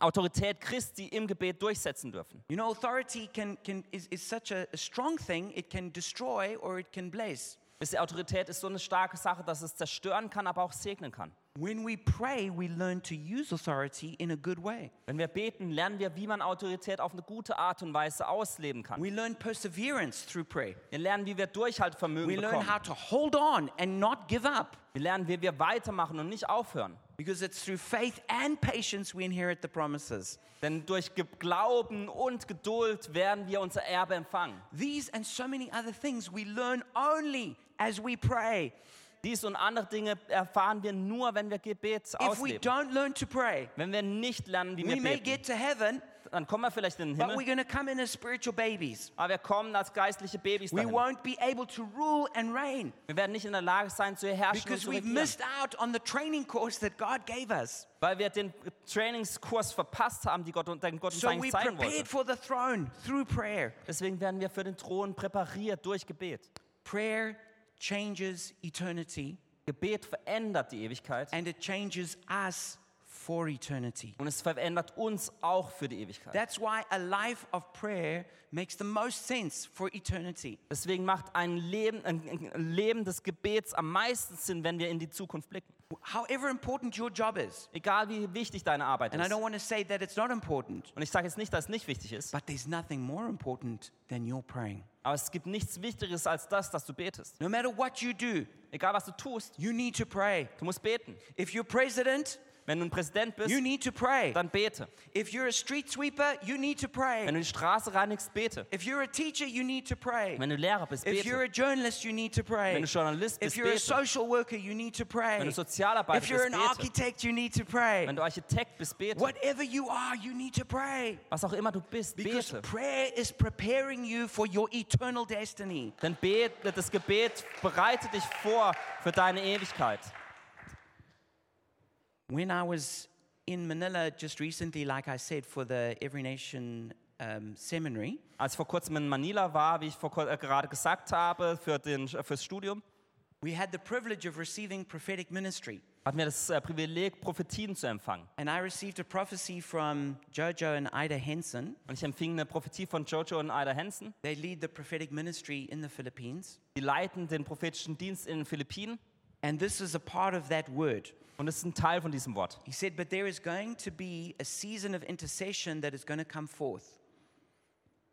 Speaker 2: Autorität Christi im Gebet durchsetzen dürfen.
Speaker 1: You know, authority can, can, is, is such a, a strong thing, it can destroy or it can bless.
Speaker 2: Diese Autorität ist so eine starke Sache, dass es zerstören kann, aber auch segnen kann.
Speaker 1: When we pray, we learn to use authority in a good way.
Speaker 2: Wenn wir beten, lernen wir, wie man Autorität auf eine gute Art und Weise ausleben kann.
Speaker 1: We learn perseverance through prayer.
Speaker 2: Wir lernen, wie wir Durchhaltevermögen
Speaker 1: We learn
Speaker 2: bekommen.
Speaker 1: how to hold on and not give up
Speaker 2: Wir lernen, wie wir weitermachen und nicht aufhören.
Speaker 1: because it's through faith and patience we inherit the promises.
Speaker 2: Denn durch Ge- Glauben und Geduld werden wir unser Erbe empfangen.
Speaker 1: These and so many other things we learn only as we pray.
Speaker 2: Dies und andere Dinge erfahren wir nur, wenn wir Gebet
Speaker 1: If we
Speaker 2: ausleben.
Speaker 1: don't learn to pray,
Speaker 2: Wenn wir nicht lernen, wie
Speaker 1: we
Speaker 2: wir
Speaker 1: may
Speaker 2: beten,
Speaker 1: get to heaven,
Speaker 2: dann kommen wir vielleicht in den
Speaker 1: but we're
Speaker 2: Himmel,
Speaker 1: going to come in as spiritual babies.
Speaker 2: aber wir kommen als geistliche Babys
Speaker 1: We
Speaker 2: dahin.
Speaker 1: won't be able to rule and reign
Speaker 2: Wir werden nicht in der Lage sein, zu herrschen und
Speaker 1: because
Speaker 2: zu
Speaker 1: we've
Speaker 2: regieren,
Speaker 1: missed out on the training course that God gave us.
Speaker 2: weil wir den Trainingskurs verpasst haben, die Gott, den Gott uns
Speaker 1: So
Speaker 2: eigentlich
Speaker 1: we
Speaker 2: zeigen
Speaker 1: prepared
Speaker 2: wollte.
Speaker 1: for the throne through prayer.
Speaker 2: Deswegen werden wir für den Thron präpariert durch Gebet.
Speaker 1: Prayer changes eternity
Speaker 2: Gebet verändert die Ewigkeit
Speaker 1: and it changes us for eternity.
Speaker 2: und es verändert uns auch für die Ewigkeit.
Speaker 1: That's why a life of prayer makes the most sense for eternity.
Speaker 2: Deswegen macht ein Leben, ein ein Leben des Gebets am meisten Sinn, wenn wir in die Zukunft blicken.
Speaker 1: However important your job is,
Speaker 2: Egal wie wichtig deine Arbeit
Speaker 1: and I
Speaker 2: ist.
Speaker 1: don't want to say that it's not important,
Speaker 2: Und ich sage jetzt nicht, dass es nicht wichtig ist,
Speaker 1: but there's nothing more important than your praying.
Speaker 2: aber es gibt nichts Wichtigeres als das, dass du betest.
Speaker 1: No matter what you do,
Speaker 2: Egal was du tust,
Speaker 1: you need to pray.
Speaker 2: du musst beten.
Speaker 1: If you're president,
Speaker 2: Wenn du ein Präsident bist,
Speaker 1: you need to pray.
Speaker 2: dann bete.
Speaker 1: If you're a street sweeper, you need to pray.
Speaker 2: Wenn du die Straße reinigst, bete.
Speaker 1: If you're a teacher, you need to pray.
Speaker 2: Wenn du Lehrer bist,
Speaker 1: If you're
Speaker 2: bete.
Speaker 1: a journalist, you need to pray.
Speaker 2: Wenn du Journalist
Speaker 1: If
Speaker 2: bist,
Speaker 1: you're a
Speaker 2: bete.
Speaker 1: social worker, you need to pray.
Speaker 2: Wenn du Sozialarbeiter
Speaker 1: If you're an
Speaker 2: bist, bete.
Speaker 1: architect, you need to pray.
Speaker 2: Wenn du Architekt bist, bete.
Speaker 1: Whatever you are, you need to pray.
Speaker 2: Was auch immer du bist,
Speaker 1: Because
Speaker 2: bete.
Speaker 1: prayer is preparing you for your eternal destiny.
Speaker 2: Denn bet, das Gebet bereitet dich vor für deine Ewigkeit.
Speaker 1: When I was in Manila just recently, like I said, for the Every Nation um, Seminary,
Speaker 2: Als ich vor kurzem in Manila war, wie ich vor, kur- äh, gerade gesagt habe, für den, fürs Studium,
Speaker 1: we had the privilege of receiving prophetic ministry.
Speaker 2: hatten wir das äh, Privileg, Prophetien zu empfangen.
Speaker 1: And I received a prophecy from Jojo and Ida Henson.
Speaker 2: Und ich empfing eine Prophetie von Jojo und Ida Hansen.
Speaker 1: They lead the prophetic ministry in the Philippines.
Speaker 2: Die leiten den prophetischen Dienst in den Philippinen.
Speaker 1: And this is a part of that word.
Speaker 2: Und das ist ein Teil von diesem Wort.
Speaker 1: He said, But there is going to be a season of intercession that is going to come forth.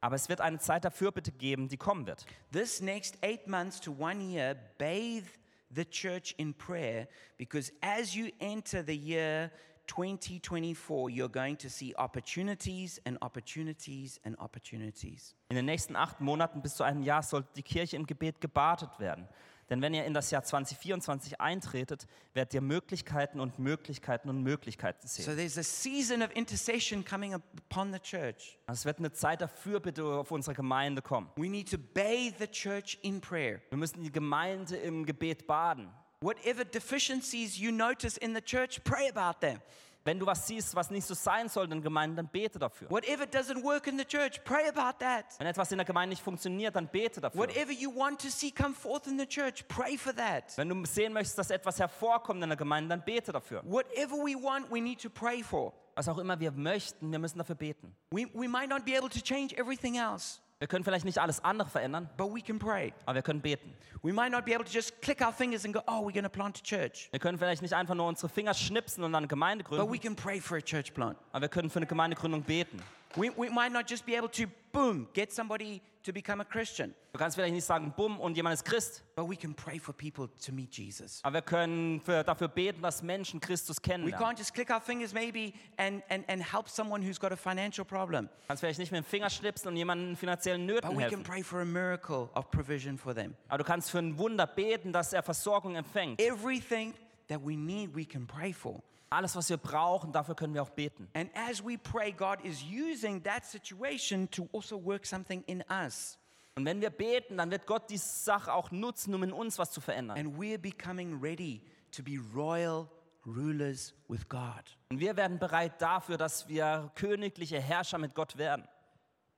Speaker 2: Aber es wird eine Zeit der Fürbitte geben, die kommen wird.
Speaker 1: This next eight months to one year, bathe the church in prayer because as you enter the year 2024, you're going to see opportunities and opportunities and opportunities.
Speaker 2: In den nächsten acht Monaten bis zu einem Jahr soll die Kirche im Gebet gebadet werden. Denn wenn ihr in das Jahr 2024 eintretet, werdet ihr Möglichkeiten und Möglichkeiten und Möglichkeiten
Speaker 1: So
Speaker 2: sehen.
Speaker 1: there's a season of intercession coming up- upon the church.
Speaker 2: Es wird eine Zeit der Fürbitte auf unsere Gemeinde kommen.
Speaker 1: We need to bathe the church in prayer.
Speaker 2: Wir müssen die Gemeinde im Gebet baden.
Speaker 1: Whatever deficiencies you notice in the church, pray about them.
Speaker 2: Wenn du was siehst, was nicht so sein soll in der Gemeinde, dann bete dafür.
Speaker 1: Whatever doesn't work in the church, pray about that.
Speaker 2: Wenn etwas in der Gemeinde nicht funktioniert, dann bete dafür.
Speaker 1: Whatever you want to see come forth in the church, pray for that.
Speaker 2: Wenn du sehen möchtest, dass etwas hervorkommt in der Gemeinde, dann bete dafür.
Speaker 1: Whatever we want, we need to pray for.
Speaker 2: Was auch immer wir möchten, wir müssen dafür beten.
Speaker 1: We, we might not be able to change everything else,
Speaker 2: Wir können vielleicht nicht alles andere verändern,
Speaker 1: but we can pray.
Speaker 2: aber wir können beten.
Speaker 1: We might not be able to just click our fingers and go, oh, we're going to plant a church.
Speaker 2: Wir können vielleicht nicht einfach nur unsere Finger schnipsen und dann eine Gemeinde
Speaker 1: But
Speaker 2: gründen,
Speaker 1: we can pray for a church plant.
Speaker 2: aber wir können für eine Gemeindegründung beten.
Speaker 1: We, we might not just be able to, boom, get somebody to become a Christian.
Speaker 2: Du kannst vielleicht nicht sagen, bumm, und jemand ist Christ,
Speaker 1: But we can pray for people to meet Jesus.
Speaker 2: aber wir können für, dafür beten, dass Menschen Christus
Speaker 1: We
Speaker 2: kennenlernen.
Speaker 1: can't just click our fingers maybe and, and, and help someone who's got a financial problem.
Speaker 2: Du kannst vielleicht nicht mit dem Finger schnipsen und jemanden in finanziellen Nöten
Speaker 1: But we can
Speaker 2: helfen,
Speaker 1: pray for a miracle of provision for them.
Speaker 2: aber du kannst für ein Wunder beten, dass er Versorgung empfängt.
Speaker 1: Everything that we need, we can pray for.
Speaker 2: Alles, was wir brauchen, dafür können wir auch beten.
Speaker 1: And as we pray, God is using that situation to also work something in us.
Speaker 2: Und wenn wir beten, dann wird Gott diese Sache auch nutzen, um in uns was zu verändern.
Speaker 1: And we're becoming ready to be royal rulers with God.
Speaker 2: Und wir werden bereit dafür, dass wir königliche Herrscher mit Gott werden.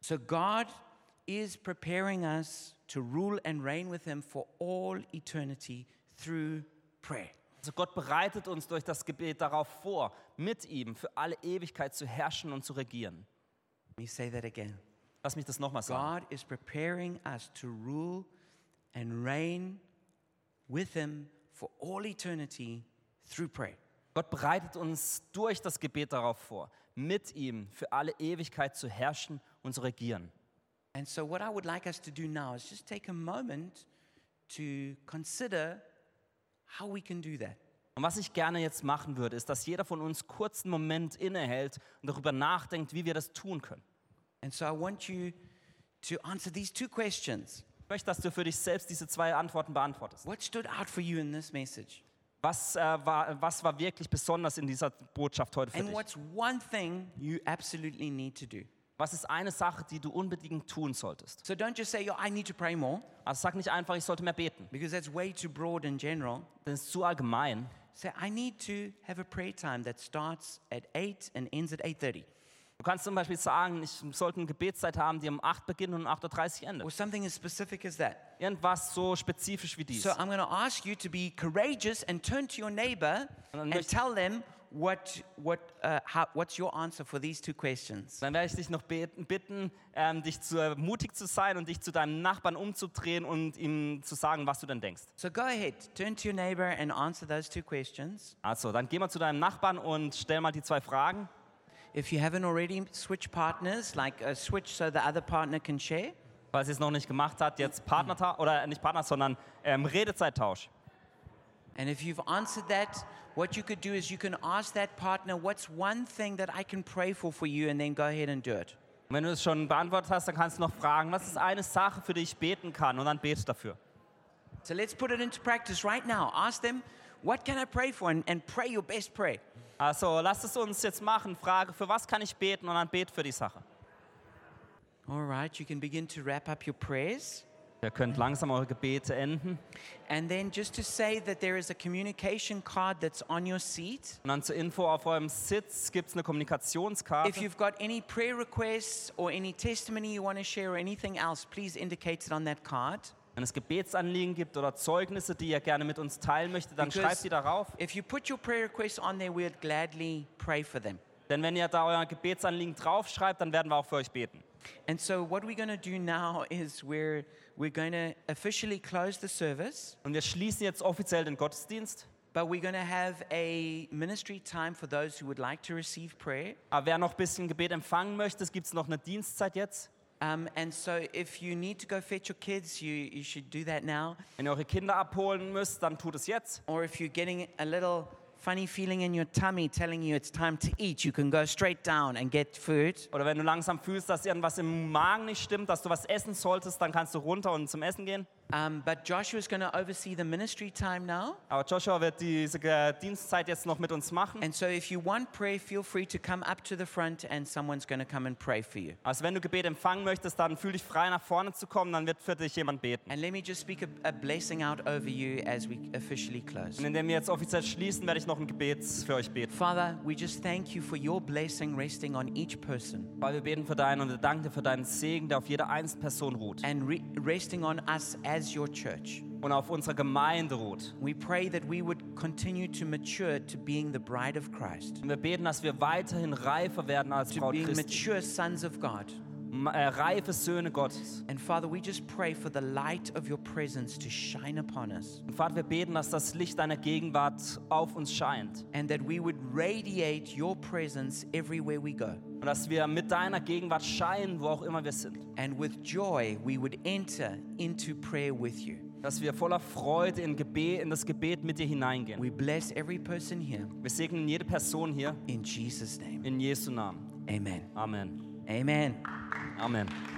Speaker 1: So God is preparing us to rule and reign with Him for all eternity through prayer.
Speaker 2: Also Gott bereitet uns durch das Gebet darauf vor, mit ihm für alle Ewigkeit zu herrschen und zu regieren.
Speaker 1: Let me say that again.
Speaker 2: Lass mich das nochmal sagen.
Speaker 1: God is preparing us to rule and reign with Him for all eternity through prayer.
Speaker 2: Gott bereitet uns durch das Gebet darauf vor, mit ihm für alle Ewigkeit zu herrschen und zu regieren.
Speaker 1: And so, what I would like us to do now is just take a moment to consider how we can do that.
Speaker 2: Und was ich gerne jetzt machen würde, ist, dass jeder von uns kurz einen Moment innehält und darüber nachdenkt, wie wir das tun können.
Speaker 1: And so, I want you to answer these two questions.
Speaker 2: Ich möchte, dass du für dich selbst diese zwei Antworten beantwortest.
Speaker 1: What stood out for you in this message?
Speaker 2: Was, äh, war, was war wirklich besonders in dieser Botschaft heute für
Speaker 1: And
Speaker 2: dich?
Speaker 1: what's one thing you absolutely need to do?
Speaker 2: Was ist eine Sache, die du unbedingt tun solltest?
Speaker 1: So don't just say, Yo, I need to pray more,
Speaker 2: Also sag nicht einfach, ich sollte mehr beten.
Speaker 1: because that's way too broad and general.
Speaker 2: denn es ist zu allgemein.
Speaker 1: Say, I need to have a prayer time that starts at 8 and ends at 8.30.
Speaker 2: Du kannst zum Beispiel sagen, ich sollte eine Gebetszeit haben, die um 8 beginnt und um 8.30 Uhr
Speaker 1: Or
Speaker 2: endet.
Speaker 1: something as specific as that.
Speaker 2: Irgendwas so spezifisch wie dies.
Speaker 1: So I'm going to ask you to be courageous and turn to your neighbor
Speaker 2: And
Speaker 1: and
Speaker 2: möchte-
Speaker 1: tell them what, what, uh, how, what's your answer for these two questions.
Speaker 2: Dann werde ich dich noch beten, bitten, ähm, dich zu, äh, mutig zu sein und dich zu deinem Nachbarn umzudrehen und ihm zu sagen, was du denn denkst.
Speaker 1: So go ahead, turn to your neighbor and answer those two questions.
Speaker 2: Also, dann geh mal zu deinem Nachbarn und stell mal die zwei Fragen.
Speaker 1: If you haven't already, switch partners, like uh, switch so the other partner can share.
Speaker 2: Falls ihr es noch nicht gemacht habt, jetzt Partner oder nicht Partner, sondern ähm, Redezeittausch.
Speaker 1: And if you've answered that, what you could do is you can ask that partner, What's one thing that I can pray for for you? And then go ahead and do it.
Speaker 2: Und wenn du es schon beantwortet hast, dann kannst du noch fragen, was ist eine Sache, für die ich beten kann und dann bete dafür.
Speaker 1: So let's put it into practice right now. Ask them, What can I pray for? And, and pray your best prayer.
Speaker 2: Also, lasst es uns jetzt machen. Frage, für was kann ich beten? Und dann bet für die Sache.
Speaker 1: All right, you can begin to wrap up your prayers.
Speaker 2: Ihr könnt langsam eure Gebete enden.
Speaker 1: And then just to say that there is a communication card that's on your seat.
Speaker 2: Und dann zur Info, auf eurem Sitz gibt es eine
Speaker 1: If
Speaker 2: Kommunikationskarte.
Speaker 1: you've got any prayer requests or any testimony you want to share or anything else, please indicate it on that card.
Speaker 2: Wenn es Gebetsanliegen gibt oder Zeugnisse, die ihr gerne mit uns teilen möchtet, dann
Speaker 1: Because
Speaker 2: schreibt die darauf.
Speaker 1: If you put your prayer requests on there, we'd gladly pray for them.
Speaker 2: Denn wenn ihr da euer Gebetsanliegen draufschreibt, dann werden wir auch für euch beten.
Speaker 1: And so what we're going to do now is we're we're going to officially close the service,
Speaker 2: Und wir schließen jetzt offiziell den Gottesdienst.
Speaker 1: but we're going to have a ministry time for those who would like to receive prayer.
Speaker 2: Aber wer noch ein bisschen Gebet empfangen möchte, es gibt noch eine Dienstzeit jetzt.
Speaker 1: Um, and so if you need to go fetch your kids, you, you should do that now.
Speaker 2: Wenn ihr eure Kinder abholen müsst, dann tut es jetzt.
Speaker 1: Or if you're getting a little funny feeling in your tummy telling you it's time to eat, you can go straight down and get food.
Speaker 2: Oder wenn du langsam fühlst, dass irgendwas im Magen nicht stimmt, dass du was essen solltest, dann kannst du runter und zum Essen gehen.
Speaker 1: Um, but Joshua's going to oversee the ministry time now.
Speaker 2: Aber Joshua wird diese äh, Dienstzeit jetzt noch mit uns machen.
Speaker 1: And so if you want prayer, feel free to come up to the front and someone's going to come and pray for you.
Speaker 2: Also wenn du Gebet empfangen möchtest, dann fühl dich frei nach vorne zu kommen, dann wird für dich jemand beten.
Speaker 1: And let me just speak a, a blessing out over you as we officially close.
Speaker 2: Und indem wir jetzt offiziell schließen, werde ich noch ein Gebet für euch beten.
Speaker 1: Father, we just thank you for your blessing resting on each person
Speaker 2: Weil wir beten für deinen und wir danken dir für deinen Segen, der auf jeder einzelnen Person ruht
Speaker 1: and re- resting on us as your church.
Speaker 2: und auf unserer Gemeinde ruht.
Speaker 1: We pray that we would continue to mature to being the bride of Christ,
Speaker 2: Und wir beten, dass wir weiterhin reifer werden als
Speaker 1: to
Speaker 2: Braut
Speaker 1: being
Speaker 2: Christi,
Speaker 1: mature sons of God,
Speaker 2: m- äh, reife Söhne Gottes.
Speaker 1: And Father, we just pray for the light of your presence to shine upon us
Speaker 2: Und Vater, wir beten, dass das Licht deiner Gegenwart auf uns scheint
Speaker 1: and that we would radiate your presence everywhere we go.
Speaker 2: und dass wir mit deiner Gegenwart scheinen, wo auch immer wir sind.
Speaker 1: And with joy, we would enter into prayer with you.
Speaker 2: Dass wir voller Freude in, Gebet, in das Gebet mit dir hineingehen.
Speaker 1: We bless every person here
Speaker 2: Wir segnen jede Person hier
Speaker 1: in Jesus' name.
Speaker 2: in Jesu Namen.
Speaker 1: Amen.
Speaker 2: Amen.
Speaker 1: Amen.
Speaker 2: Amen.